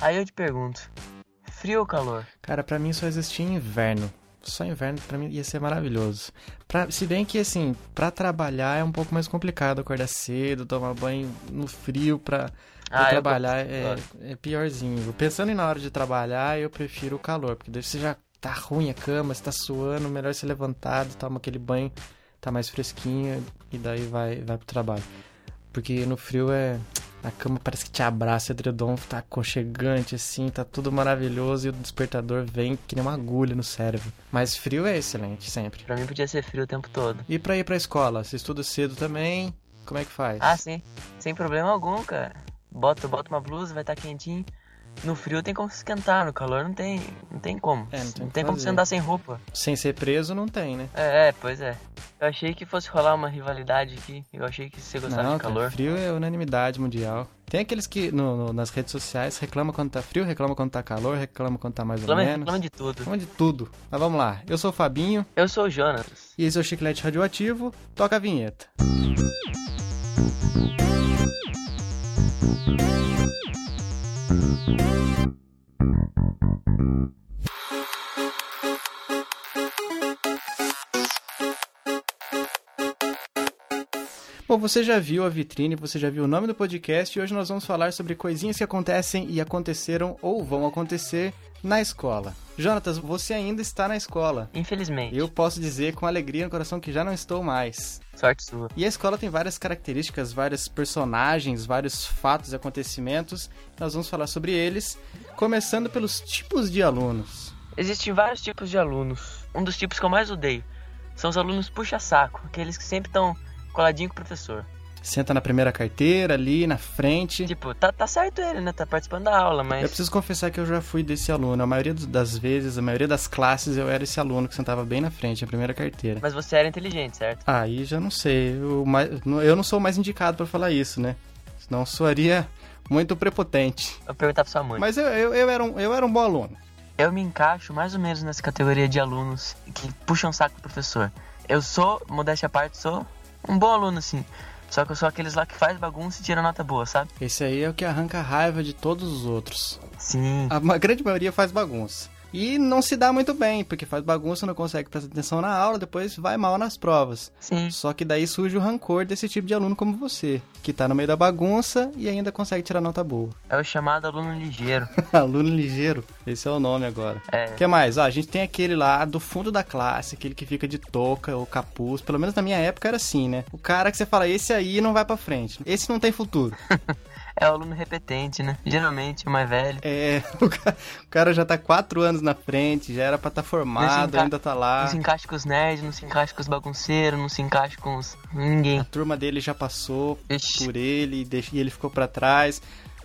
Aí eu te pergunto, frio ou calor? Cara, pra mim só existia inverno. Só inverno pra mim ia ser maravilhoso. Pra, se bem que, assim, pra trabalhar é um pouco mais complicado acordar cedo, tomar banho no frio pra, pra Ah, eu trabalhar gosto, é, é piorzinho. Pensando em na hora de trabalhar, eu prefiro o calor, porque daí você já tá ruim a cama, você tá suando, melhor se levantado, toma aquele banho, tá mais fresquinho e daí vai, vai pro trabalho. Porque no frio é. A cama parece que te abraça, o edredom tá aconchegante, assim, tá tudo maravilhoso e o despertador vem que nem uma agulha no cérebro. Mas frio é excelente, sempre. Pra mim podia ser frio o tempo todo. E pra ir pra escola? Você estuda cedo também? Como é que faz? Ah, sim. Sem problema algum, cara. Bota, bota uma blusa, vai estar quentinho. No frio tem como se esquentar, no calor não tem, não tem como. É, não tem o que como você fazer. andar sem roupa. Sem ser preso, não tem, né? É, é, pois é. Eu achei que fosse rolar uma rivalidade aqui. Eu achei que você gostava de não, Tá calor. Cara, frio é unanimidade mundial. Tem aqueles que no- no- nas redes sociais reclamam quando tá frio, reclamam quando tá calor, reclamam quando tá mais Reclama, ou menos. reclama de tudo. Reclama de tudo. Mas vamos lá. Eu sou o Fabinho Eu sou o Jonas. e esse é o Chiclete Radioativo. Toca a vinheta. Bom, você já viu a vitrine, você já viu o nome do podcast e hoje nós vamos falar sobre coisinhas que acontecem e aconteceram ou vão acontecer na escola. Jonatas, você ainda está na escola. Infelizmente. Eu posso dizer com alegria no coração que já não estou mais. Sorte sua. E a escola tem várias características, vários personagens, vários fatos e acontecimentos. Nós vamos falar sobre eles, começando pelos tipos de alunos. Existem vários tipos de alunos. Um dos tipos que eu mais odeio são os alunos puxa-saco, aqueles que sempre estão coladinho com o professor. Senta na primeira carteira, ali na frente. Tipo, tá, tá certo ele, né? Tá participando da aula, mas. Eu preciso confessar que eu já fui desse aluno. A maioria do- das vezes, a maioria das classes, eu era esse aluno que sentava bem na frente, na primeira carteira. Mas você era inteligente, certo? Aí já não sei. Eu, mai- eu não sou mais indicado pra falar isso, né? Senão soaria muito prepotente. Eu vou perguntar pra sua mãe. Mas eu, eu, eu era um, eu era um bom aluno. Eu me encaixo mais ou menos nessa categoria de alunos que puxam o saco do professor. Eu sou, modéstia à parte, sou um bom aluno, sim. Só que eu sou aqueles lá que faz bagunça e tira nota boa, sabe? Esse aí é o que arranca a raiva de todos os outros. Sim. A ma- grande maioria faz bagunça. E não se dá muito bem, porque faz bagunça, não consegue prestar atenção na aula, depois vai mal nas provas. Sim. Só que daí surge o rancor desse tipo de aluno como você, que tá no meio da bagunça e ainda consegue tirar nota boa. É o chamado aluno ligeiro. aluno ligeiro, esse é o nome agora. É. que mais? Ó, a gente tem aquele lá do fundo da classe, aquele que fica de touca ou capuz, pelo menos na minha época era assim, né? O cara que você fala, esse aí não vai pra frente, esse não tem futuro. É o aluno repetente, né? Geralmente o mais velho. É, o ca- o cara já tá quatro anos na frente, já era pra estar formado, enca- ainda tá Não lá. se encaixa com os nerds, não se encaixa com os bagunceiros, não se encaixa com os. ninguém. A turma dele já passou Ixi, por ele e deix- e ele ficou pra trás.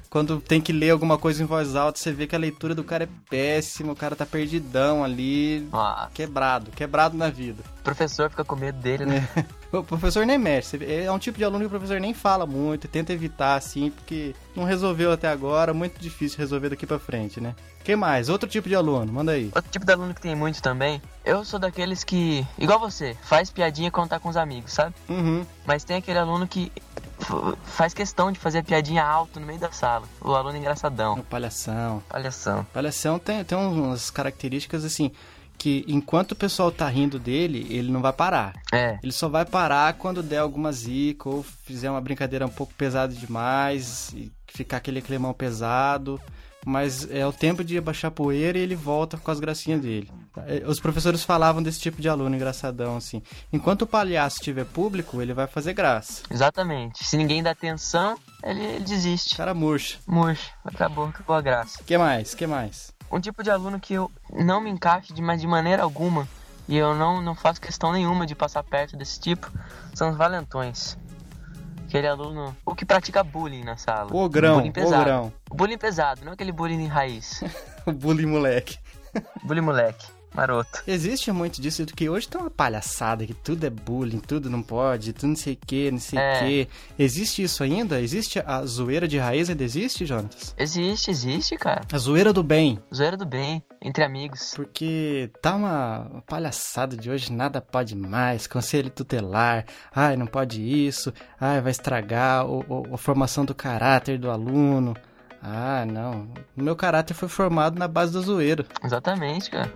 Quando tem que ler alguma coisa em voz alta, você vê que a leitura do cara é péssima, o cara tá perdidão ali, ó, quebrado, quebrado na vida. o professor fica com medo dele, né? O professor nem mexe, você vê- é um tipo de aluno que o professor nem fala muito, tenta evitar assim, porque não resolveu até agora, muito difícil resolver daqui pra frente, né? Quem mais? Outro tipo de aluno, manda aí. Outro tipo de aluno que tem muito também, eu sou daqueles que, igual você, faz piadinha quando tá com os amigos, sabe? Uhum. Mas tem aquele aluno que f- faz questão de fazer piadinha alto no meio da sala. O aluno é engraçadão. O palhação. Olha só. Palhação tem, tem umas características assim que enquanto o pessoal tá rindo dele, ele não vai parar. É, Ele só vai parar quando der alguma zica ou fizer uma brincadeira um pouco pesada demais e ficar aquele climão pesado. Mas é o tempo de abaixar a poeira e ele volta com as gracinhas dele. É, Os professores falavam desse tipo de aluno engraçadão, assim. Enquanto o palhaço tiver público, ele vai fazer graça. exatamente. Se ninguém dá atenção, ele, ele desiste. Cara murcha. Murcho, acabou, acabou a graça. Que mais? Que mais? um tipo de aluno que eu não me encaixo de, mas de maneira alguma e eu não, não faço questão nenhuma de passar perto desse tipo são os valentões. Aquele aluno, o que pratica bullying na sala. O grão, bullying o pesado. grão. Bullying pesado, não aquele bullying raiz. O bullying moleque. bullying moleque, maroto. Existe muito disso, do que hoje tá uma palhaçada, que tudo é bullying, tudo não pode, tudo não sei o que, não sei o É. que. Existe isso ainda? Existe a zoeira de raiz ainda existe, Jonas? Existe, existe, cara. A zoeira do bem. Zoeira do bem, entre amigos. Porque tá uma palhaçada de hoje, nada pode mais, conselho tutelar, ai, não pode isso, ai, vai estragar o- o- a formação do caráter do aluno, Ah, não. Meu caráter foi formado na base da zoeira. Exatamente, cara.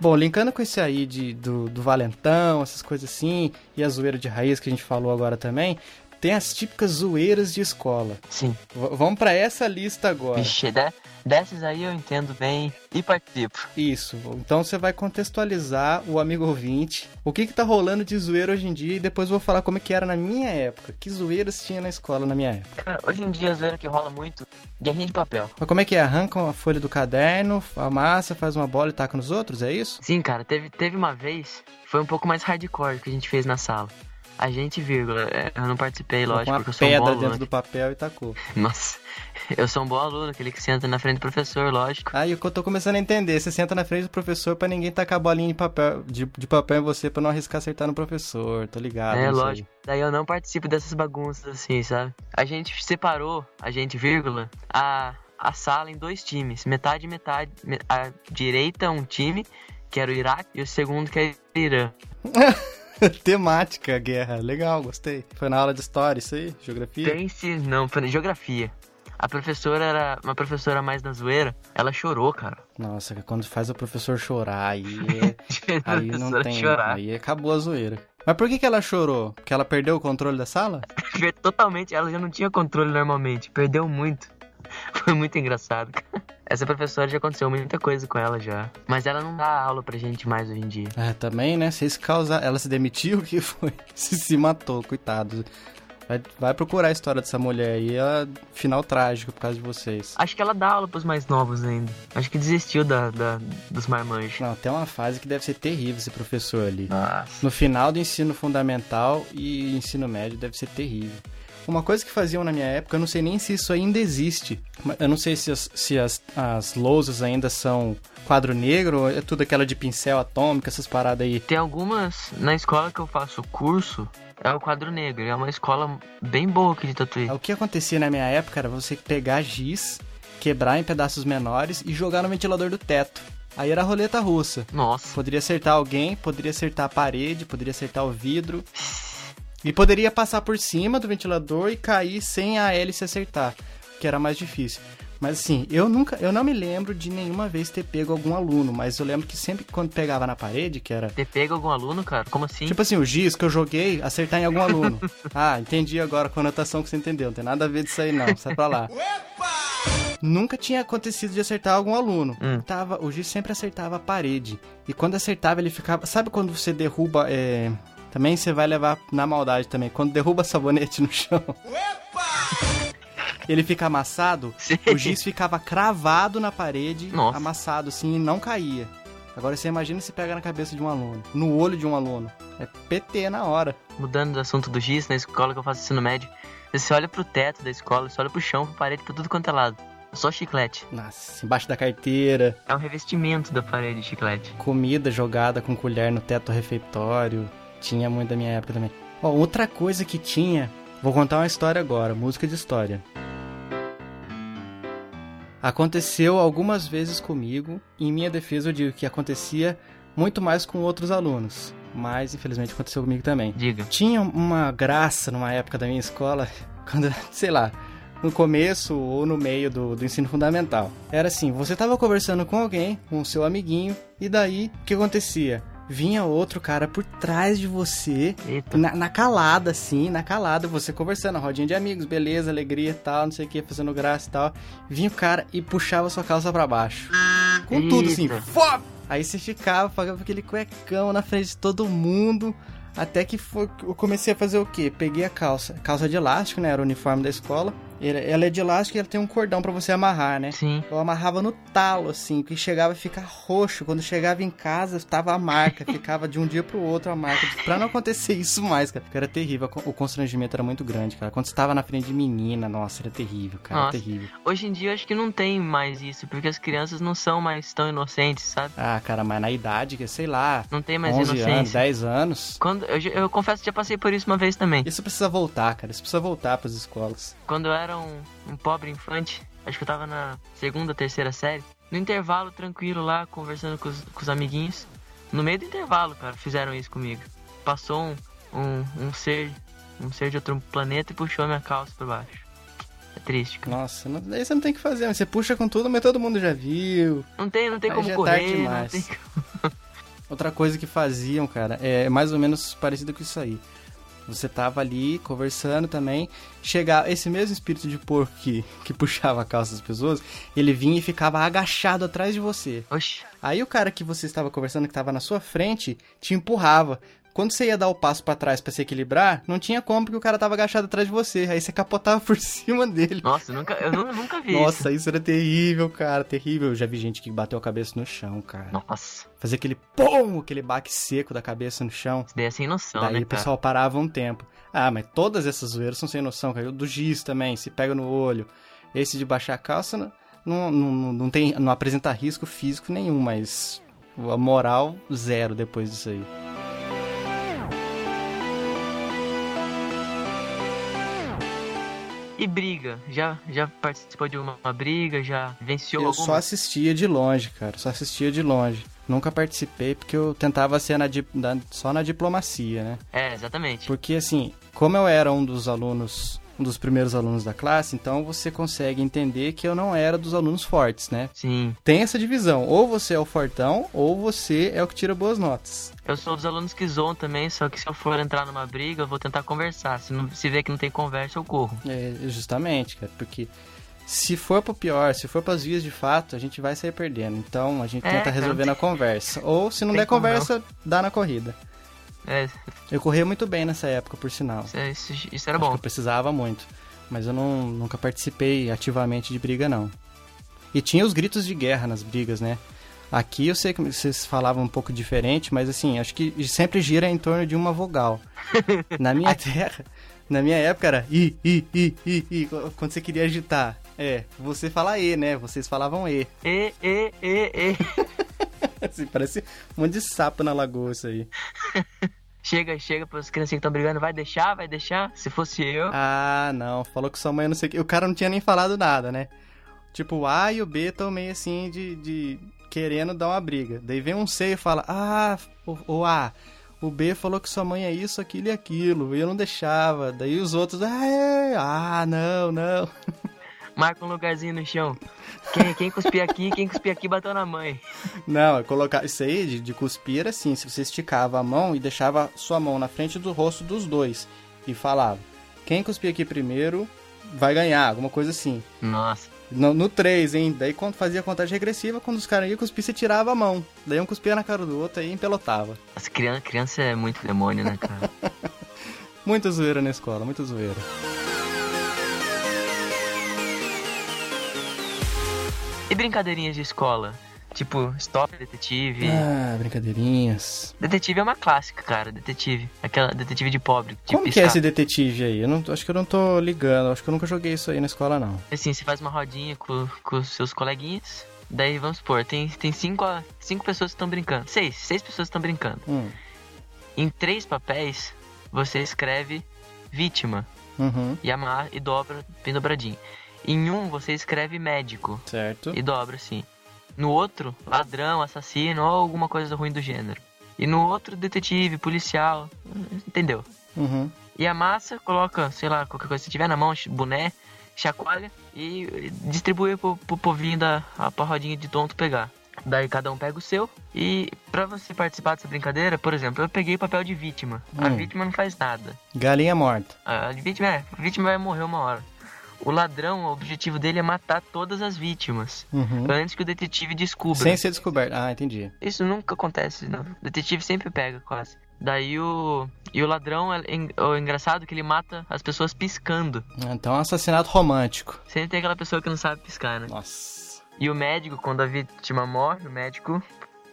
Bom, linkando com esse aí de, do, do Valentão, essas coisas assim, e a zoeira de raiz que a gente falou agora também, tem as típicas zoeiras de escola. Sim. V- vamos pra essa lista agora. Vixe, de- dessas aí eu entendo bem e participo. Isso. Então você vai contextualizar o amigo ouvinte, o que que tá rolando de zoeira hoje em dia, e depois eu vou falar como é que era na minha época, que zoeiras tinha na escola na minha época. Cara, hoje em dia a zoeira que rola muito é guerrinha de papel. Mas como é que é? Arrancam a folha do caderno, amassa, faz uma bola e taca nos outros, é isso? Sim, cara, teve, teve uma vez, foi um pouco mais hardcore que a gente fez na sala. A gente, vírgula, é, eu não participei, Com lógico, uma porque eu sou um bom pedra aluno. dentro do papel e tacou. Nossa, eu sou um bom aluno, aquele que senta na frente do professor, lógico. Aí eu tô começando a entender. Você senta na frente do professor pra ninguém tacar bolinha de papel, de, de papel em você pra não arriscar acertar no professor, tô ligado. É, Ah, não sei. lógico. Daí eu não participo dessas bagunças assim, sabe? A gente separou, a gente, vírgula, a, a sala em dois times. Metade, metade. me- A direita um time, que era o Iraque, e o segundo que era o Irã. Temática, guerra. Legal, gostei. Foi na aula de história isso aí? Geografia? Pense, não, foi na geografia. A professora era uma professora mais da zoeira, ela chorou, cara. Nossa, quando faz o professor chorar, aí, é- Fez a aí não professora tem. chorar. Aí acabou a zoeira. Mas por que, que ela chorou? Porque ela perdeu o controle da sala? Per- Totalmente, ela já não tinha controle normalmente, perdeu muito. Foi muito engraçado, cara. Essa professora já aconteceu muita coisa com ela já. Mas ela não dá aula pra gente mais hoje em dia. Ah, também, né? Se isso causar. Ela se demitiu, o que foi? Se, se matou, coitado. Vai, vai procurar a história dessa mulher aí. Ela... Final trágico por causa de vocês. Acho que ela dá aula pros mais novos ainda. Acho que desistiu da, da- dos marmanjos. Não, tem uma fase que deve ser terrível esse professor ali. Nossa. No final do ensino fundamental e ensino médio deve ser terrível. Uma coisa que faziam na minha época, eu não sei nem se isso ainda existe. mas Eu não sei se as, se as, as lousas ainda são quadro negro, ou é tudo aquela de pincel atômico, essas paradas aí. Tem algumas. Na escola que eu faço curso, é o Quadro Negro. É uma escola bem boa aqui de Tatuí. É O que acontecia na minha época era você pegar giz, quebrar em pedaços menores e jogar no ventilador do teto. Aí era a roleta russa. Nossa. Poderia acertar alguém, poderia acertar a parede, poderia acertar o vidro. E poderia passar por cima do ventilador e cair sem a hélice acertar, que era mais difícil. Mas assim, eu nunca, eu não me lembro de nenhuma vez ter pego algum aluno, mas eu lembro que sempre quando pegava na parede, que era Ter pego algum aluno, cara? Como assim? Tipo assim, o giz que eu joguei, acertar em algum aluno. ah, entendi agora a conotação que você entendeu. Não tem nada a ver disso aí, não. Sai pra lá. Nunca tinha acontecido de acertar algum aluno. Hum. Tava, o giz sempre acertava a parede. E quando acertava, ele ficava. Sabe quando você derruba. é, Também você vai levar na maldade também. Quando derruba sabonete no chão. Ele fica amassado, Sim. o giz ficava cravado na parede, Nossa. amassado assim, e não caía. Agora você imagina se pega na cabeça de um aluno, no olho de um aluno. É PT na hora. Mudando do assunto do giz, na escola que eu faço ensino médio, você olha pro teto da escola, você olha pro chão, pra parede, pra tudo quanto é lado. Só chiclete. Nossa, embaixo da carteira, É um revestimento da parede, chiclete. comida jogada com colher no teto do refeitório. Tinha muito da minha época também. Ó, outra coisa que tinha, vou contar uma história agora, música de história. Aconteceu algumas vezes comigo, e em minha defesa eu digo que acontecia muito mais com outros alunos, mas infelizmente aconteceu comigo também. Diga. Tinha uma graça numa época da minha escola, quando, sei lá, no começo ou no meio do, do ensino fundamental. Era assim, você tava conversando com alguém, com o seu amiguinho, e daí, o que acontecia? Vinha outro cara por trás de você, Eita. na, na calada, assim, na calada, você conversando, rodinha de amigos, beleza, alegria e tal, não sei o que, fazendo graça e tal. Vinha o cara e puxava sua calça pra baixo. Com tudo, assim, Eita. fop! Aí você ficava, pagava aquele cuecão na frente de todo mundo. Até que foi, eu comecei a fazer o quê? Peguei a calça, calça de elástico, né? Era o uniforme da escola. Ela- Ela é de elástico e ela tem um cordão pra você amarrar, né? Sim. Eu amarrava no talo, assim, que chegava a ficar roxo. Quando chegava em casa, tava a marca, ficava de um dia pro outro a marca. Pra não acontecer isso mais, cara. Era terrível, o constrangimento era muito grande, cara. Quando você tava na frente de menina, nossa, era terrível, cara, Nossa. terrível. Hoje em dia eu acho que não tem mais isso, porque as crianças não são mais tão inocentes, sabe? Ah, cara, mas na idade, que sei lá, Não tem mais 11 inocência. anos, 10 anos. Quando, eu, já- eu confesso que já passei por isso uma vez também. Isso precisa voltar, cara. Isso precisa voltar pras escolas. Quando eu era um, um pobre infante, acho que eu tava na segunda, terceira série, no intervalo tranquilo lá, conversando com os, com os amiguinhos. No meio do intervalo, cara, fizeram isso comigo. Passou um, um, um ser, um ser de outro planeta e puxou minha calça pra baixo. É triste, cara. Nossa, não, daí você não tem o que fazer, mas você puxa com tudo, mas todo mundo já viu. Não tem, não tem Aí como já é correr, tarde não demais. tem como- Outra coisa que faziam, cara, é mais ou menos parecido com isso aí. Você tava ali conversando também, chegava esse mesmo espírito de porco que, que puxava a calça das pessoas, ele vinha e ficava agachado atrás de você. Oxi, Aí o cara que você estava conversando, que estava na sua frente, te empurrava. Quando você ia dar o passo pra trás pra se equilibrar, não tinha como porque o cara tava agachado atrás de você. Aí você capotava por cima dele. nossa, eu nunca, eu nu- nunca vi isso. Nossa, isso era terrível, cara, terrível. Eu já vi gente que bateu a cabeça no chão, cara. Nossa, Fazer aquele pum, aquele baque seco da cabeça no chão. isso daí é sem noção, Daí né, o cara? pessoal parava um tempo. Ah, mas todas essas zoeiras são sem noção, cara. O do giz também, se pega no olho. Esse de baixar a calça não, não, não, não tem, não apresenta risco físico nenhum, mas a moral zero depois disso aí. E briga? Já, já participou de uma, uma briga? Já venceu Eu alguma? só assistia de longe, cara. Só assistia de longe. Nunca participei porque eu tentava ser na di- na- só na diplomacia, né? É, exatamente. Porque assim, como eu era um dos alunos, um dos primeiros alunos da classe, então você consegue entender que eu não era dos alunos fortes, né? Sim. Tem essa divisão, ou você é o fortão, ou você é o que tira boas notas. Eu sou dos alunos que zoam também, só que se eu for entrar numa briga, eu vou tentar conversar. Se, não, se ver que não tem conversa, eu corro. É, justamente, cara, porque se for pro pior, se for pras vias de fato, a gente vai sair perdendo. Então a gente É, tenta cara, resolver na conversa. Ou se não tem der como conversa, dá na corrida. É, Eu corria muito bem nessa época, por sinal. isso, é- isso- isso era Acho que bom. eu precisava muito. Mas eu não, nunca participei ativamente de briga, não. E tinha os gritos de guerra nas brigas, né? Aqui eu sei que vocês falavam um pouco diferente, mas assim, acho que sempre gira em torno de uma vogal. Na minha terra, na minha época era i, i, i, i, i, quando você queria agitar. É, você fala e, né? Vocês falavam e. E, e, e, e. Assim, parece um monte de sapo na lagoa isso aí. Chega, chega pras crianças que estão brigando. Vai deixar, vai deixar? Se fosse eu. Ah, não. Falou que sua mãe não sei o que. O cara não tinha nem falado nada, né? Tipo, o A e o B estão meio assim de, de. querendo dar uma briga. Daí vem um C e fala: Ah, o, o A. O B falou que sua mãe é isso, aquilo e aquilo. E eu não deixava. Daí os outros, ah, é, ah não, não. Marca um lugarzinho no chão. Quem, quem cuspir aqui, quem cuspir aqui bateu na mãe. Não, eu colocar isso aí de, de cuspir era assim, se você esticava a mão e deixava sua mão na frente do rosto dos dois e falava: Quem cuspir aqui primeiro vai ganhar, alguma coisa assim. Nossa. No, no 3, hein? Daí quando fazia contagem regressiva, quando os caras iam cuspir, você tirava a mão. Daí um cuspia na cara do outro e empelotava. As criança, criança é muito demônio, né, cara? Muita zoeira na escola, muita zoeira. E brincadeirinhas de escola? Tipo, stop detetive. Ah, brincadeirinhas. Detetive é uma clássica, cara. Detetive. Aquela detetive de pobre. tipo De Como que é piscar. esse detetive aí? Eu não, acho que eu não tô ligando, acho que eu nunca joguei isso aí na escola, não. Assim, você faz uma rodinha com, com os seus coleguinhas. Daí, vamos supor, tem, tem cinco, a- cinco pessoas que estão brincando. Seis. Seis pessoas estão brincando. Hum. Em três papéis, você escreve vítima. Uhum. E amarra e dobra bem dobradinho. Em um, você escreve médico. Certo. E dobra, assim. No outro, ladrão, assassino ou alguma coisa ruim do gênero. E no outro, detetive, policial. Entendeu? Uhum. E a massa coloca, sei lá, qualquer coisa que tiver na mão, ch- boné, chacoalha e distribui pro, pro povinho da a, pra rodinha de tonto pegar. Daí cada um pega o seu. E pra você participar dessa brincadeira, por exemplo, eu peguei o papel de vítima. A Hum. vítima não faz nada. Galinha morta. A a vítima é, a vítima vai morrer uma hora. O ladrão, o objetivo dele é matar todas as vítimas. Uhum. Antes que o detetive descubra. Sem ser descoberto. Ah, entendi. Isso nunca acontece, não. Uhum. O detetive sempre pega, quase. Daí o. E o ladrão, é en- o engraçado é que ele mata as pessoas piscando. Então é um assassinato romântico. Sempre tem aquela pessoa que não sabe piscar, né? Nossa. E o médico, quando a vítima morre, o médico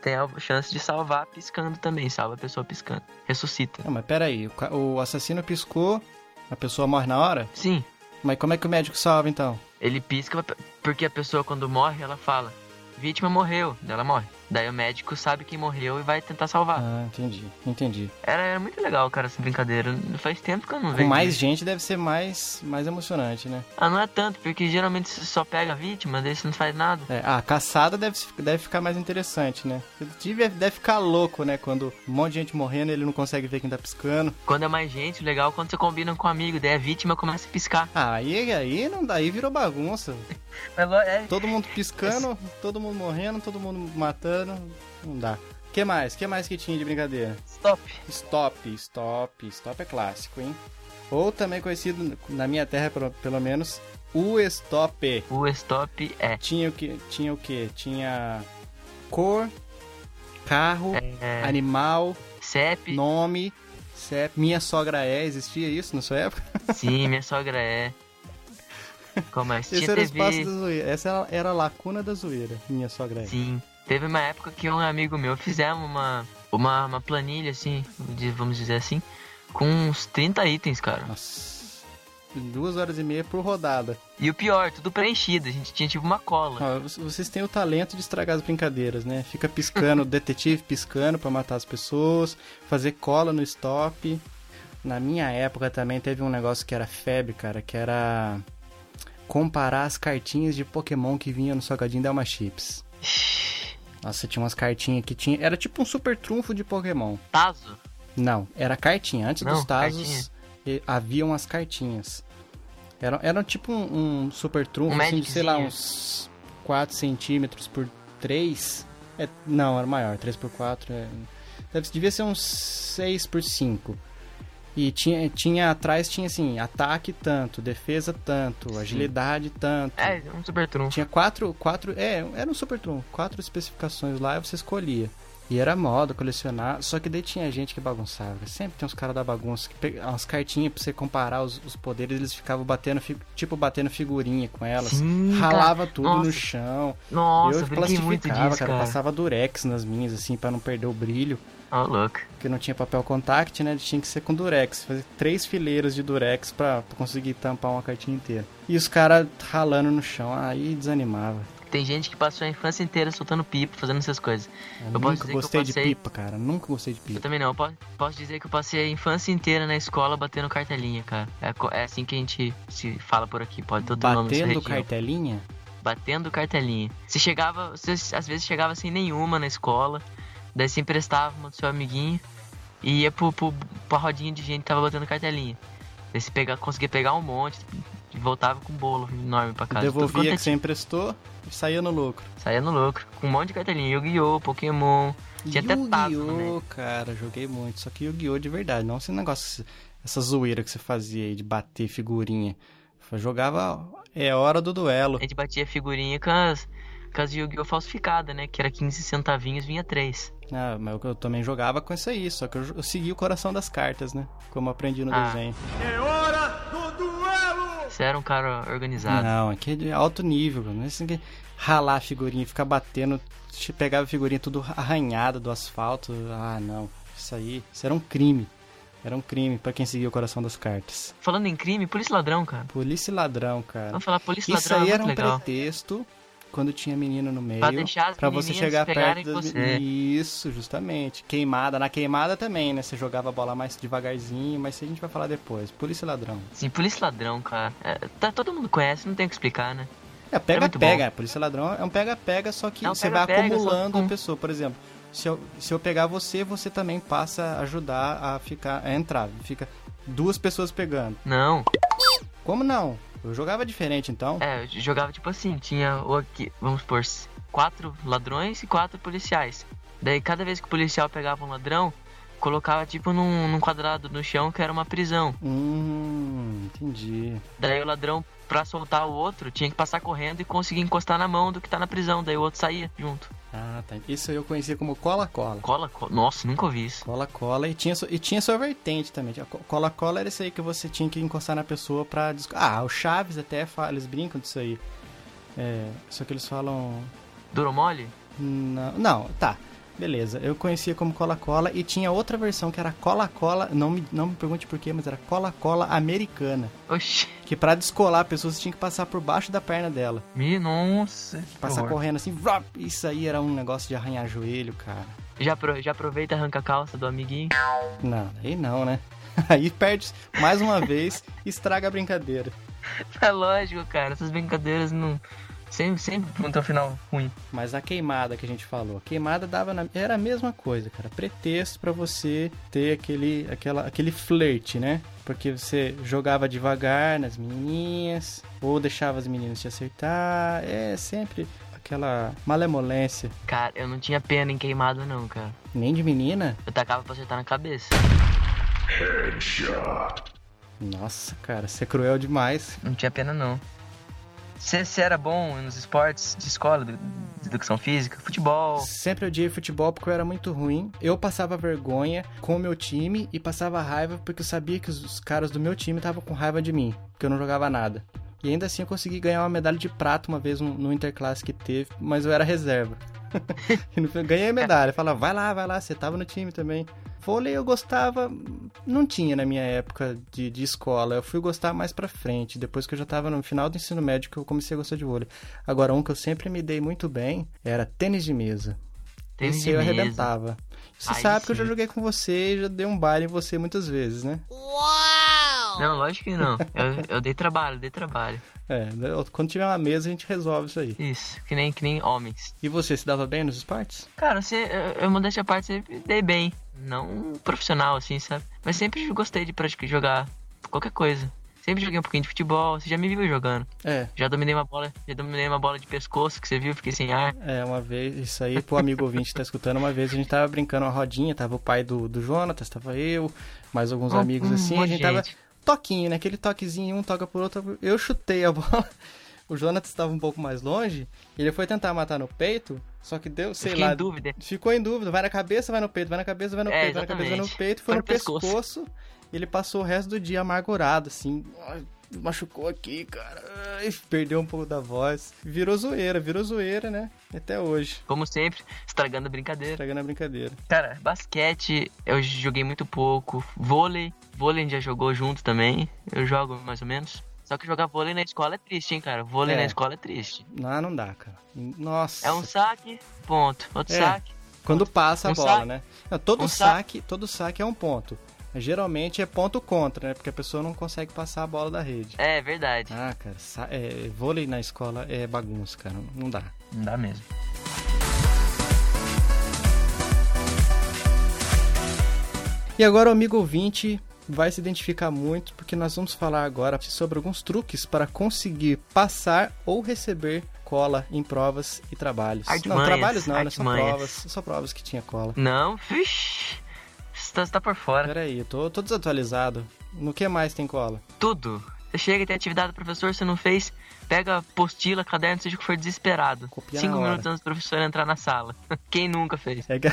tem a chance de salvar piscando também. Salva a pessoa piscando. Ressuscita. Não, mas peraí, o, ca- o assassino piscou, a pessoa morre na hora? Sim, Mas como é que o médico salva então? ele pisca porque a pessoa, quando morre, ela fala: vítima morreu, daí ela morre. Daí o médico sabe quem morreu e vai tentar salvar. Ah, entendi, entendi. Era, era muito legal, cara, essa brincadeira. Faz tempo que eu não Com vejo. mais isso. gente deve ser mais, mais emocionante, né? Ah, não é tanto, porque geralmente você só pega a vítima, daí você não faz nada. É, ah, a caçada deve, se- deve ficar mais interessante, né? O detetive deve ficar louco, né? Quando um monte de gente morrendo, ele não consegue ver quem tá piscando. Quando é mais gente, o legal é quando você combina com um amigo, daí a vítima começa a piscar. Ah, aí, aí não dá, aí virou bagunça. Mas, lo- é, Todo mundo piscando, todo mundo morrendo, todo mundo matando. Não dá. que mais? que mais que tinha de brincadeira? stop. Stop, stop, stop é clássico, hein? Ou também conhecido na minha terra, pelo, pelo menos, o stop. O stop é. Tinha o que? Tinha o que? Tinha cor, carro, é, animal, CEP. nome, CEP. Minha sogra é, existia isso na sua época? Sim, minha sogra é. Como é? Tinha Esse era o espaço TV. da zoeira. Essa era, era a lacuna da zoeira, minha sogra é. Sim. Teve uma época que um amigo meu fizemos uma, uma, uma planilha, assim, de- vamos dizer assim, com uns 30 itens, cara. Nossa. Duas horas e meia por rodada. E o pior, tudo preenchido. A gente tinha tipo uma cola. Ó, vo- vocês têm o talento de estragar as brincadeiras, né? Fica piscando, o detetive piscando pra matar as pessoas, fazer cola no stop. Na minha época também teve um negócio que era febre, cara, que era comparar as cartinhas de Pokémon que vinha no salgadinho da Alma Chips. Nossa, tinha umas cartinhas que tinha, era tipo um super trunfo de Pokémon. Tazo? Não, era cartinha. Antes Não, dos Tazos, e- haviam as cartinhas. Eram, eram tipo um, um super trunfo, Um assim, de, sei lá, magiczinho. uns 4 centímetros por 3. É, não, era maior, 3 por 4. É, deve, devia ser uns 6 por 5. E tinha, tinha atrás, tinha assim, ataque tanto, defesa tanto, agilidade tanto. É, um super trunfo. Tinha quatro, quatro, é, era um super trunfo, quatro especificações lá e você escolhia. E era moda colecionar, só que daí tinha gente que bagunçava. Sempre tem uns caras da bagunça que pega umas cartinhas pra você comparar os, os poderes, eles ficavam batendo, fi- tipo, batendo figurinha com elas. Sim, cara. Ralava tudo Nossa. no chão. Nossa, eu eu brinquei muito disso, plastificava, cara. cara. Passava durex nas minhas, assim, pra não perder o brilho. Ó, louco. Porque não tinha papel contact, né? Tinha que ser com durex. Fazer três fileiras de durex pra pra conseguir tampar uma cartinha inteira. E os caras ralando no chão, aí desanimava. Tem gente que passou a infância inteira soltando pipa, fazendo essas coisas. Eu, posso dizer nunca que eu gostei de passei- pipa, cara. Nunca gostei de Eu pipa. também não. Eu po- posso dizer que eu passei a infância inteira na escola batendo cartelinha, cara. É, co- é assim que a gente se fala por aqui. Pode todo nome ser Batendo região. cartelinha? Batendo cartelinha. Você chegava, você às vezes chegava sem nenhuma na escola, daí você emprestava uma do seu amiguinho e ia pro, pro, pra rodinha de gente que tava batendo cartelinha. Daí você pega, conseguia pegar um monte e voltava com um bolo enorme pra casa. Tudo quanto Devolvia é que você emprestou e saía no lucro. Saía no lucro, com um monte de cartelinha, Yu-Gi-Oh!, Pokémon. Tinha até né? tazo Yu-Gi-Oh! também. Cara, joguei muito. Só que Yu-Gi-Oh! de verdade. Não esse negócio, essa zoeira que você fazia aí de bater figurinha. Eu jogava. É hora do duelo. A gente batia figurinha com as, com as Yu-Gi-Oh! falsificada, né? Que era 15 centavinhos, vinha 3. Ah, mas eu, eu também jogava com isso aí. Só que eu, jo- eu segui o coração das cartas, né? Como eu aprendi no Ah, desenho. Você era um cara organizado. Não, aqui é de alto nível, cara. não é assim que ralar a figurinha, ficar batendo, te pegava a figurinha tudo arranhada do asfalto. Ah, não. Isso aí, isso era um crime. Era um crime pra quem seguia o coração das cartas. Falando em crime, polícia e ladrão, cara. Polícia e ladrão, cara. Vamos falar polícia e Isso ladrão, aí é era muito um legal. pretexto quando tinha menino no meio. Pra deixar as Pra você menininhas chegar pegarem perto das você. meninas. Isso, justamente. Queimada. Na queimada também, né? Você jogava a bola mais devagarzinho, mas isso a gente vai falar depois. Polícia e ladrão. Sim, polícia e ladrão, cara. É, tá, todo mundo conhece, não tem o que explicar, né? É, muito pega-pega. polícia ladrão é um pega-pega, só que É um você vai pega-pega, só que acumulando com- a pessoa. Por exemplo, se eu, se eu pegar você, você também passa a ajudar a ficar a entrar. Fica duas pessoas pegando. Não. Como não? Eu jogava diferente, então. É, eu jogava tipo assim, tinha o aqui, vamos supor, quatro ladrões e quatro policiais. Daí cada vez que o policial pegava um ladrão, colocava tipo num, num quadrado no chão que era uma prisão. Hum, entendi. Daí o ladrão, pra soltar o outro, tinha que passar correndo e conseguir encostar na mão do que tá na prisão. Daí o outro saía junto. Ah, tá. Isso eu conhecia como cola-cola. Cola, cola. Nossa, nunca ouvi isso. Cola-cola e tinha, su- e tinha sua vertente também. A co- Cola-cola era isso aí que você tinha que encostar na pessoa pra... desc- Ah, o Chaves até fala, eles brincam disso aí. É, só que eles falam... Duro mole? Não, não, tá. Beleza, eu conhecia como Cola-Cola e tinha outra versão que era Cola-Cola, não me, não me pergunte por quê, mas era Cola-Cola americana. Oxi. Que pra descolar a pessoa você tinha que passar por baixo da perna dela. Me, nossa. que Passar horror. correndo assim, vrap, isso aí era um negócio de arranhar joelho, cara. Já, apro- já aproveita e arranca a calça do amiguinho. Não, aí não, né? Aí perde mais uma vez, estraga a brincadeira. É lógico, cara. Essas brincadeiras não. Sempre, sempre vão ter um final ruim. Mas a queimada que a gente falou, a queimada dava na... era a mesma coisa, cara. Pretexto pra você ter aquele, aquela, aquele flerte, né? Porque você jogava devagar nas menininhas, ou deixava as meninas te acertar. É sempre aquela malemolência. Cara, eu não tinha pena em queimada, não, cara. Nem de menina? Eu tacava pra acertar na cabeça. Nossa, cara, você é cruel demais. Não tinha pena, não. Você você era bom nos esportes de escola, de de educação física, futebol. Sempre odiei futebol porque eu era muito ruim. Eu passava vergonha com o meu time e passava raiva porque eu sabia que os os caras do meu time estavam com raiva de mim, porque eu não jogava nada. E ainda assim eu consegui ganhar uma medalha de prata uma vez no, no interclasse que teve, mas eu era reserva. E no fim, eu ganhei a medalha. Falava, vai lá, vai lá, você tava no time também. Vôlei eu gostava, não tinha na minha época de, de escola. Eu fui gostar mais pra frente, depois que eu já tava no final do ensino médio que eu comecei a gostar de vôlei. Agora, um que eu sempre me dei muito bem era tênis de mesa. Tênis Esse de eu mesa. arrebentava. Você Aí sabe que eu sim. já joguei com você e já dei um baile em você muitas vezes, né? Não, lógico que não. Eu, eu dei trabalho, dei trabalho. É, eu- quando tiver uma mesa a gente resolve isso aí. Isso, que nem, que nem homens. E você, se dava bem nos esportes? Cara, você, eu, eu modéstia à parte, sempre dei bem. Não profissional, assim, sabe? Mas sempre gostei de praticar, jogar qualquer coisa. Sempre joguei um pouquinho de futebol, você já me viu jogando. É, Já dominei uma bola, já dominei uma bola de pescoço que você viu, fiquei sem ar. É, uma vez, isso aí, pro amigo ouvinte que tá escutando, uma vez a gente tava brincando uma rodinha, tava o pai do, do Jonatas, tava eu, mais alguns Um- amigos um assim, a monte gente de tava gente. toquinho, né? Aquele toquezinho, um toca por outro, eu chutei a bola, o Jonatas tava um pouco mais longe, ele foi tentar matar no peito, só que deu, sei fiquei lá, em dúvida. ficou em dúvida, vai na cabeça, vai no peito, vai na cabeça, vai no É, peito, vai na cabeça, vai no exatamente. peito, foi, no, pescoço. e ele passou o resto do dia amargurado, assim, "Ai, machucou aqui, cara, ai", perdeu um pouco da voz, virou zoeira, virou zoeira, né, até hoje, Como sempre, estragando a brincadeira. estragando a brincadeira. Cara, basquete eu joguei muito pouco. Vôlei, vôlei a gente já jogou junto também. Eu jogo mais ou menos. Só que jogar vôlei na escola é triste, hein, cara? Vôlei É. na escola é triste. Não, não dá, cara, nossa, É um saque, ponto. Outro É. saque. quando passa a um bola, saque. né, Não, todo Um sa- saque, todo saque é um ponto, geralmente é ponto contra, né, porque a pessoa não consegue passar a bola da rede. É verdade. Ah, cara, sa- é, vôlei na escola é bagunça, cara, não dá. Não dá mesmo. E agora o amigo ouvinte vai se identificar muito, porque nós vamos falar agora sobre alguns truques para conseguir passar ou receber cola em provas e trabalhos. não, Artimanhas, trabalhos não, né? Só artimanhas. provas, só provas que tinha cola. Não, vixi. Você tá, você tá por fora. Peraí, eu tô, tô desatualizado. No que mais tem cola? Tudo. Você chega e tem atividade do professor, você não fez, pega apostila, caderno, seja o que for desesperado. Copia Cinco na hora. minutos antes do professor entrar na sala. Quem nunca fez? É que-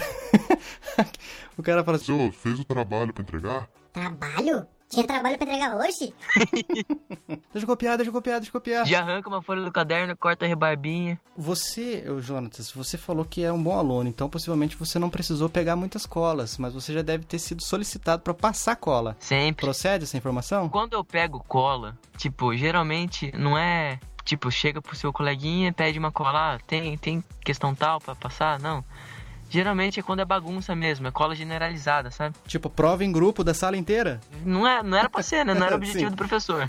o cara fala assim, Seu, fez o trabalho pra entregar? Trabalho? Tinha trabalho pra entregar hoje? deixa eu copiar, deixa eu copiar, deixa eu copiar. Já arranca uma folha do caderno, corta a rebarbinha. Você, ô, Jonatas, você falou que é um bom aluno, então possivelmente você não precisou pegar muitas colas, mas você já deve ter sido solicitado para passar cola. Sempre. Procede essa informação? Quando eu pego cola, tipo, geralmente não é. Tipo, chega pro seu coleguinha, pede uma cola, ah, tem, tem questão tal pra passar? Não. Geralmente é quando é bagunça mesmo, é cola generalizada, sabe? Tipo, prova em grupo da sala inteira? Não, é, não era pra ser, né? Não era o Sim. objetivo do professor.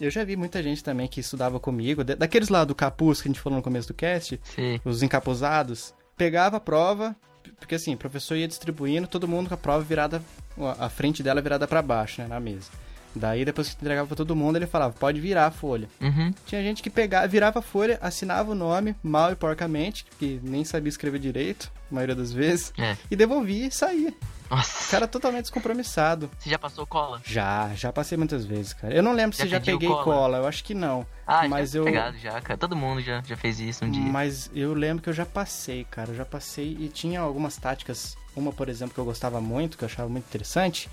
Eu já vi muita gente também que estudava comigo, da- daqueles lá do capuz que a gente falou no começo do cast, Sim. os encapuzados, pegava a prova, p- porque assim, o professor ia distribuindo, todo mundo com a prova virada, a frente dela virada pra baixo, né, na mesa. Daí, depois que entregava pra todo mundo, ele falava, pode virar a folha. Uhum. Tinha gente que pegava, virava a folha, assinava o nome, mal e porcamente, que nem sabia escrever direito, a maioria das vezes, É. e devolvia e saía. Nossa. Cara totalmente descompromissado. Você já passou cola? Já, já passei muitas vezes, cara. Eu não lembro Já se já pediu peguei cola. cola? eu acho que não. Ah, Mas já eu- pegado já, cara. Todo mundo já, já fez isso um dia. Mas eu lembro que eu já passei, cara. Eu já passei e tinha algumas táticas. Uma, por exemplo, que eu gostava muito, que eu achava muito interessante.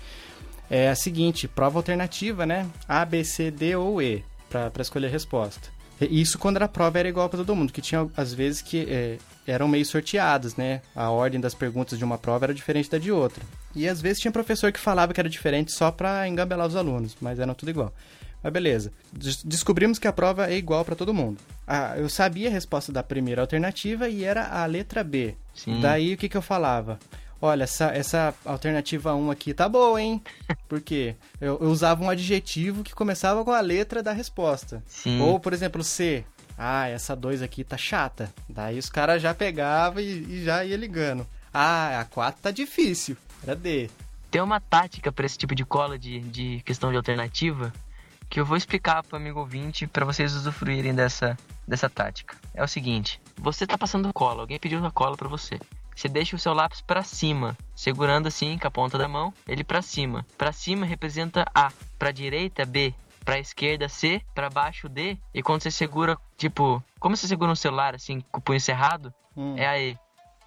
É a seguinte, prova alternativa, né? A, B, C, D ou E, pra, pra escolher a resposta. E Isso quando era prova era igual pra todo mundo, que tinha às vezes que é, eram meio sorteadas, né? A ordem das perguntas de uma prova era diferente da de outra. E às vezes tinha professor que falava que era diferente só pra engabelar os alunos, mas eram tudo igual. Mas beleza. Des- descobrimos que a prova é igual pra todo mundo. Ah, eu sabia a resposta da primeira alternativa e era a letra B. Sim. Daí o que, que eu falava? Olha, essa, essa alternativa 1 aqui tá boa, hein? Por quê? Eu, eu usava um adjetivo que começava com a letra da resposta. Sim. Ou, por exemplo, C. Ah, essa 2 aqui tá chata. Daí os caras já pegavam e, e já ia ligando. Ah, a 4 tá difícil. Era D. Tem uma tática pra esse tipo de cola de, de questão de alternativa que eu vou explicar pro amigo ouvinte pra vocês usufruírem dessa, dessa tática. É o seguinte, você tá passando cola, alguém pediu uma cola pra você. Você deixa o seu lápis pra cima, segurando assim com a ponta da mão, ele pra cima. Pra cima representa A, pra direita B, pra esquerda C, pra baixo D, e quando você segura, tipo, como você segura um celular assim com o punho cerrado, Hum, é a E.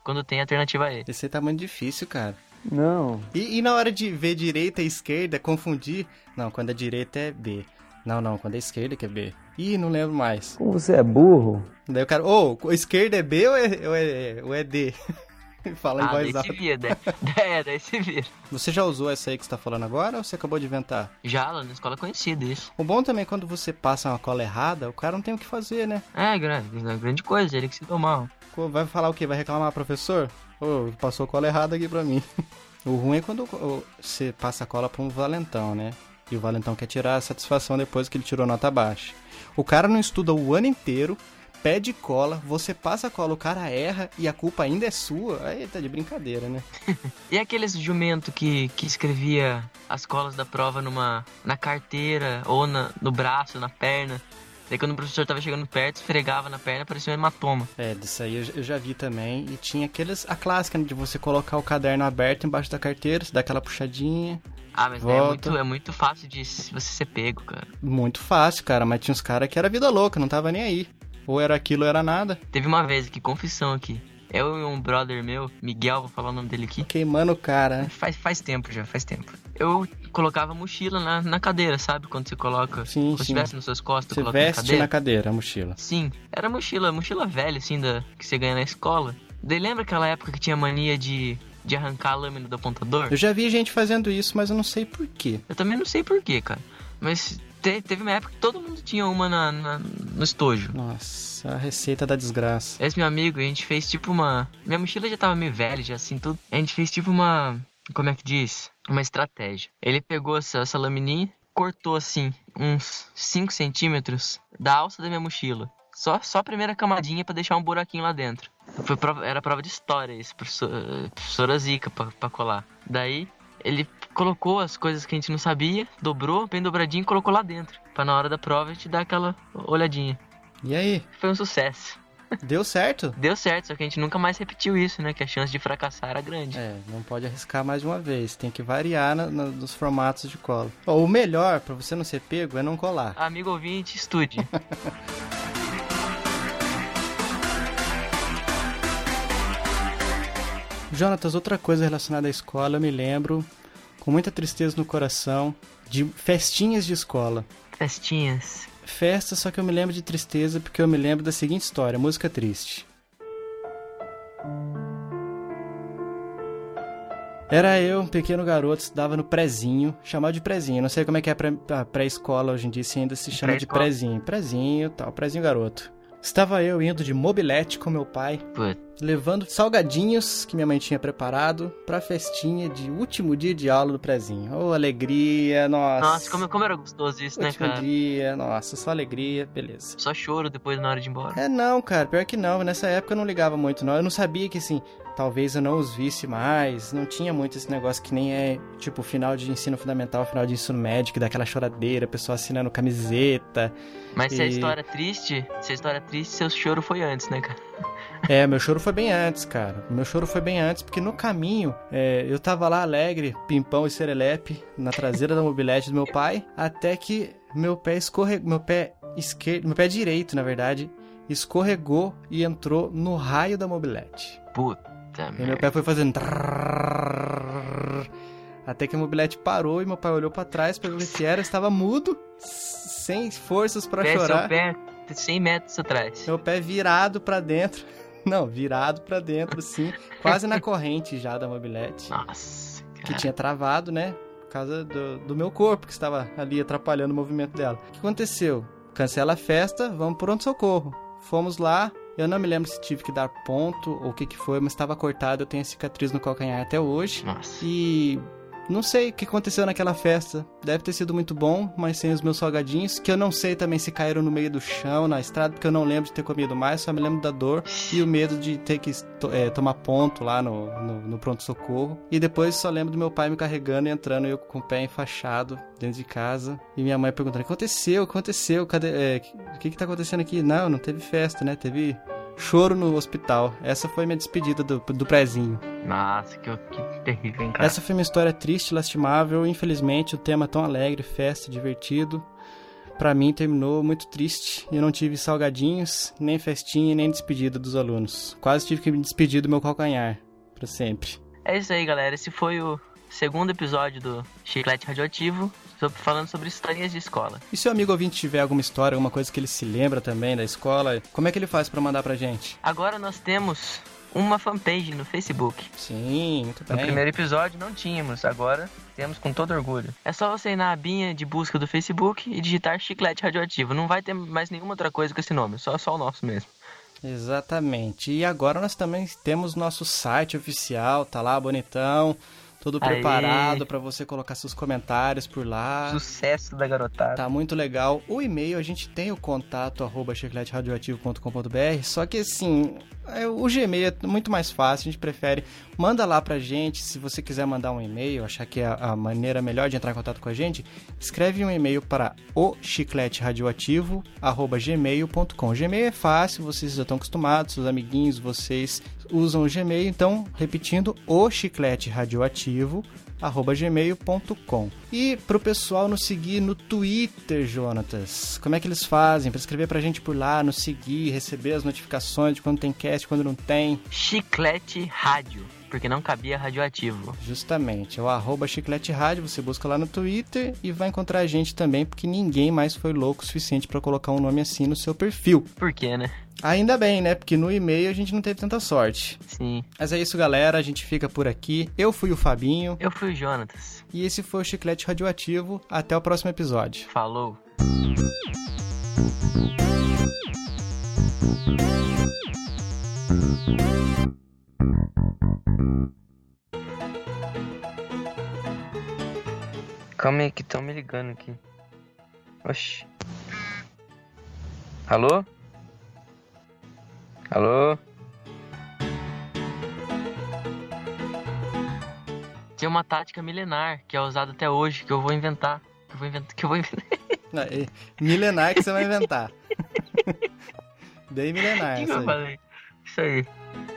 Quando tem a alternativa E. Esse aí tá muito difícil, cara. Não. E, e na hora de ver direita e esquerda, confundir. Não, quando é direita é B. Não, não, quando é esquerda que é B. Ih, não lembro mais. Como você é burro? Daí o cara, ô, esquerda é B ou é, ou é, ou é D? Fala em Ah, daí voz se alta. vira. daí- É, daí se vira. Você já usou essa aí que você tá falando agora ou você acabou de inventar? Já, lá na escola é conhecido isso. O bom também é quando você passa uma cola errada, o cara não tem o que fazer, né? É, grande, é grande coisa, ele que se deu mal. Co- Vai falar o quê? Vai reclamar, professor? Ô, passou cola errada aqui pra mim. O ruim é quando ô, você passa a cola pra um valentão, né? E o valentão quer tirar a satisfação depois que ele tirou nota baixa. O cara não estuda o ano inteiro, pede cola, você passa a cola, o cara erra e a culpa ainda é sua. Aí tá de brincadeira, né? E aqueles jumento que, que escrevia as colas da prova numa na carteira, ou na, no braço, na perna. Daí quando o professor tava chegando perto, esfregava na perna, parecia um hematoma. É, disso aí eu já- eu já vi também. E tinha aqueles. A clássica né, de você colocar o caderno aberto embaixo da carteira, você dá aquela puxadinha. Ah, mas daí é Volta. muito, é muito fácil de s- você ser pego, cara. Muito fácil, cara, mas tinha uns caras que era vida louca, não tava nem aí. Ou era aquilo ou era nada. Teve uma vez aqui, confissão aqui. Eu e um brother meu, Miguel, vou falar o nome dele aqui. Queimando o cara, né? Faz, faz tempo já, faz tempo. Eu colocava a mochila na, na cadeira, sabe? Quando você coloca. Sim, quando sim. estivesse nas suas costas, Você coloca na veste cadeira. na cadeira a mochila. Sim, era mochila, mochila velha, assim, da, que você ganha na escola. Daí lembra aquela época que tinha mania de, de arrancar a lâmina do apontador? Eu já vi gente fazendo isso, mas eu não sei porquê. Eu também não sei porquê, cara. Mas te- teve uma época que todo mundo tinha uma na, na- no estojo. Nossa, a receita da desgraça. Esse meu amigo, a gente fez tipo uma. Minha mochila já tava meio velha, já assim, tudo. A gente fez tipo uma. Como é que diz? Uma estratégia. Ele pegou essa, essa lamininha, cortou assim, uns 5 centímetros da alça da minha mochila. Só, só a primeira camadinha pra deixar um buraquinho lá dentro. Foi prova- era prova de história isso, professor- eh, professora Zica pra, pra colar. Daí ele colocou as coisas que a gente não sabia, dobrou, bem dobradinho e colocou lá dentro. Pra na hora da prova a gente dar aquela olhadinha. E aí? Foi um sucesso. Deu certo? Deu certo, só que a gente nunca mais repetiu isso, né? Que a chance de fracassar era grande. É, não pode arriscar mais de uma vez. Tem que variar na- na- nos formatos de cola. Ó, o melhor pra você não ser pego é não colar. Amigo ouvinte, estude. Jonatas, outra coisa relacionada à escola, eu me lembro, com muita tristeza no coração, de festinhas de escola. Festinhas. Festa, só que eu me lembro de tristeza porque eu me lembro da seguinte história, música triste. Era eu, um pequeno garoto, estudava no prezinho, chamado de prezinho. Não sei como é que é a pré- a pré-escola hoje em dia, se ainda se chama de Pré-escola. prezinho. Prezinho, tal, prezinho garoto. Estava eu indo de mobilete com meu pai, Put. levando salgadinhos que minha mãe tinha preparado pra festinha de último dia de aula do prezinho. Ô, alegria, nossa. Nossa, como, como era gostoso isso, né, Último cara? dia, nossa, só alegria, beleza. Só choro depois na hora de ir embora. É não, cara, pior que não. Nessa época eu não ligava muito, não. Eu não sabia que assim, talvez eu não os visse mais. Não tinha muito esse negócio que nem é tipo final de ensino fundamental, final de ensino médio, que dá aquela choradeira, pessoal assinando camiseta. Mas se a E- história é triste, se a história é triste, seu choro foi antes, né, cara? É, meu choro foi bem antes, cara. Meu choro foi bem antes, porque no caminho é, eu tava lá alegre, pimpão e serelepe, na traseira da mobilete do meu pai, até que meu pé escorregou. Meu pé esquerdo. Meu pé direito, na verdade, escorregou e entrou no raio da mobilete. Puta E Tá, meu merda. pé foi fazendo. trrrrrrrr, Até que a mobilete parou e meu pai olhou pra trás pra ver o que era, eu estava mudo, sem forças pra Pé, seu chorar. pé 100 metros atrás. Meu pé virado pra dentro. Não, virado pra dentro, assim. quase na corrente já da mobilete. Nossa, que cara. tinha travado, né? Por causa do, do meu corpo, que estava ali atrapalhando o movimento dela. O que aconteceu? Cancela a festa, vamos pro pronto-socorro. Fomos lá, eu não me lembro se tive que dar ponto ou o que, que foi, mas estava cortado, eu tenho a cicatriz no calcanhar até hoje. Nossa. E não sei o que aconteceu naquela festa. Deve ter sido muito bom, mas sem os meus salgadinhos, que eu não sei também se caíram no meio do chão, na estrada, porque eu não lembro de ter comido mais, só me lembro da dor e o medo de ter que to- eh, tomar ponto lá no, no, no pronto-socorro. E depois só lembro do meu pai me carregando e entrando, eu com o pé enfaixado dentro de casa. E minha mãe perguntando: o que aconteceu? O que aconteceu? Cadê, eh, o que, que tá acontecendo aqui? Não, não teve festa, né? Teve choro no hospital. Essa foi minha despedida do, do prezinho. Nossa, que, que terrível, hein, cara. Essa foi uma história triste, lastimável. Infelizmente, o tema é tão alegre, festa, divertido, pra mim terminou muito triste. Eu não tive salgadinhos, nem festinha, nem despedida dos alunos. Quase tive que me despedir do meu calcanhar, pra sempre. É isso aí, galera. Esse foi o segundo episódio do Chiclete Radioativo, sobre- falando sobre historinhas de escola. E se o amigo ouvinte tiver alguma história, alguma coisa que ele se lembra também da escola, como é que ele faz pra mandar pra gente? Agora nós temos uma fanpage no Facebook. Sim, muito No bem. primeiro episódio não tínhamos, agora temos com todo orgulho. É só você ir na abinha de busca do Facebook e digitar Chiclete Radioativo. Não vai ter mais nenhuma outra coisa com esse nome, só, só o nosso mesmo. Exatamente. E agora nós também temos nosso site oficial, tá lá bonitão, todo Aê. preparado pra você colocar seus comentários por lá. Sucesso da garotada. Tá muito legal. O e-mail, a gente tem o contato arroba chicleteradioativo.com.br, só que assim, é, o Gmail é muito mais fácil, a gente prefere. Manda lá pra gente, se você quiser mandar um e-mail, achar que é a a maneira melhor de entrar em contato com a gente, escreve um e-mail para o chicleteradioativo arroba gmail.com. Gmail é fácil, vocês já estão acostumados, seus amiguinhos, vocês usam o Gmail, então, repetindo, o chiclete radioativo arroba gmail.com. E pro pessoal nos seguir no Twitter, Jonatas, como é que eles fazem? Pra escrever pra gente por lá, nos seguir, receber as notificações de quando tem cast, quando não tem. Chiclete Rádio, porque não cabia radioativo. Justamente, é o arroba chiclete rádio, você busca lá no Twitter e vai encontrar a gente também, porque ninguém mais foi louco o suficiente pra colocar um nome assim no seu perfil. Por quê, né? Ainda bem, né? Porque no e-mail a gente não teve tanta sorte. Sim. Mas é isso, galera, a gente fica por aqui. Eu fui o Fabinho Eu fui o Jonatas. e esse foi o Chiclete Radioativo. Até o próximo episódio. Falou. Calma aí que estão me ligando aqui. Oxi. Alô? Alô? Tem uma tática milenar que é usada até hoje, que eu vou inventar. Que eu vou inventar. Que eu vou inventar. Ah, e- Milenar que você vai inventar. Bem milenar que essa eu aí. falei? Isso aí.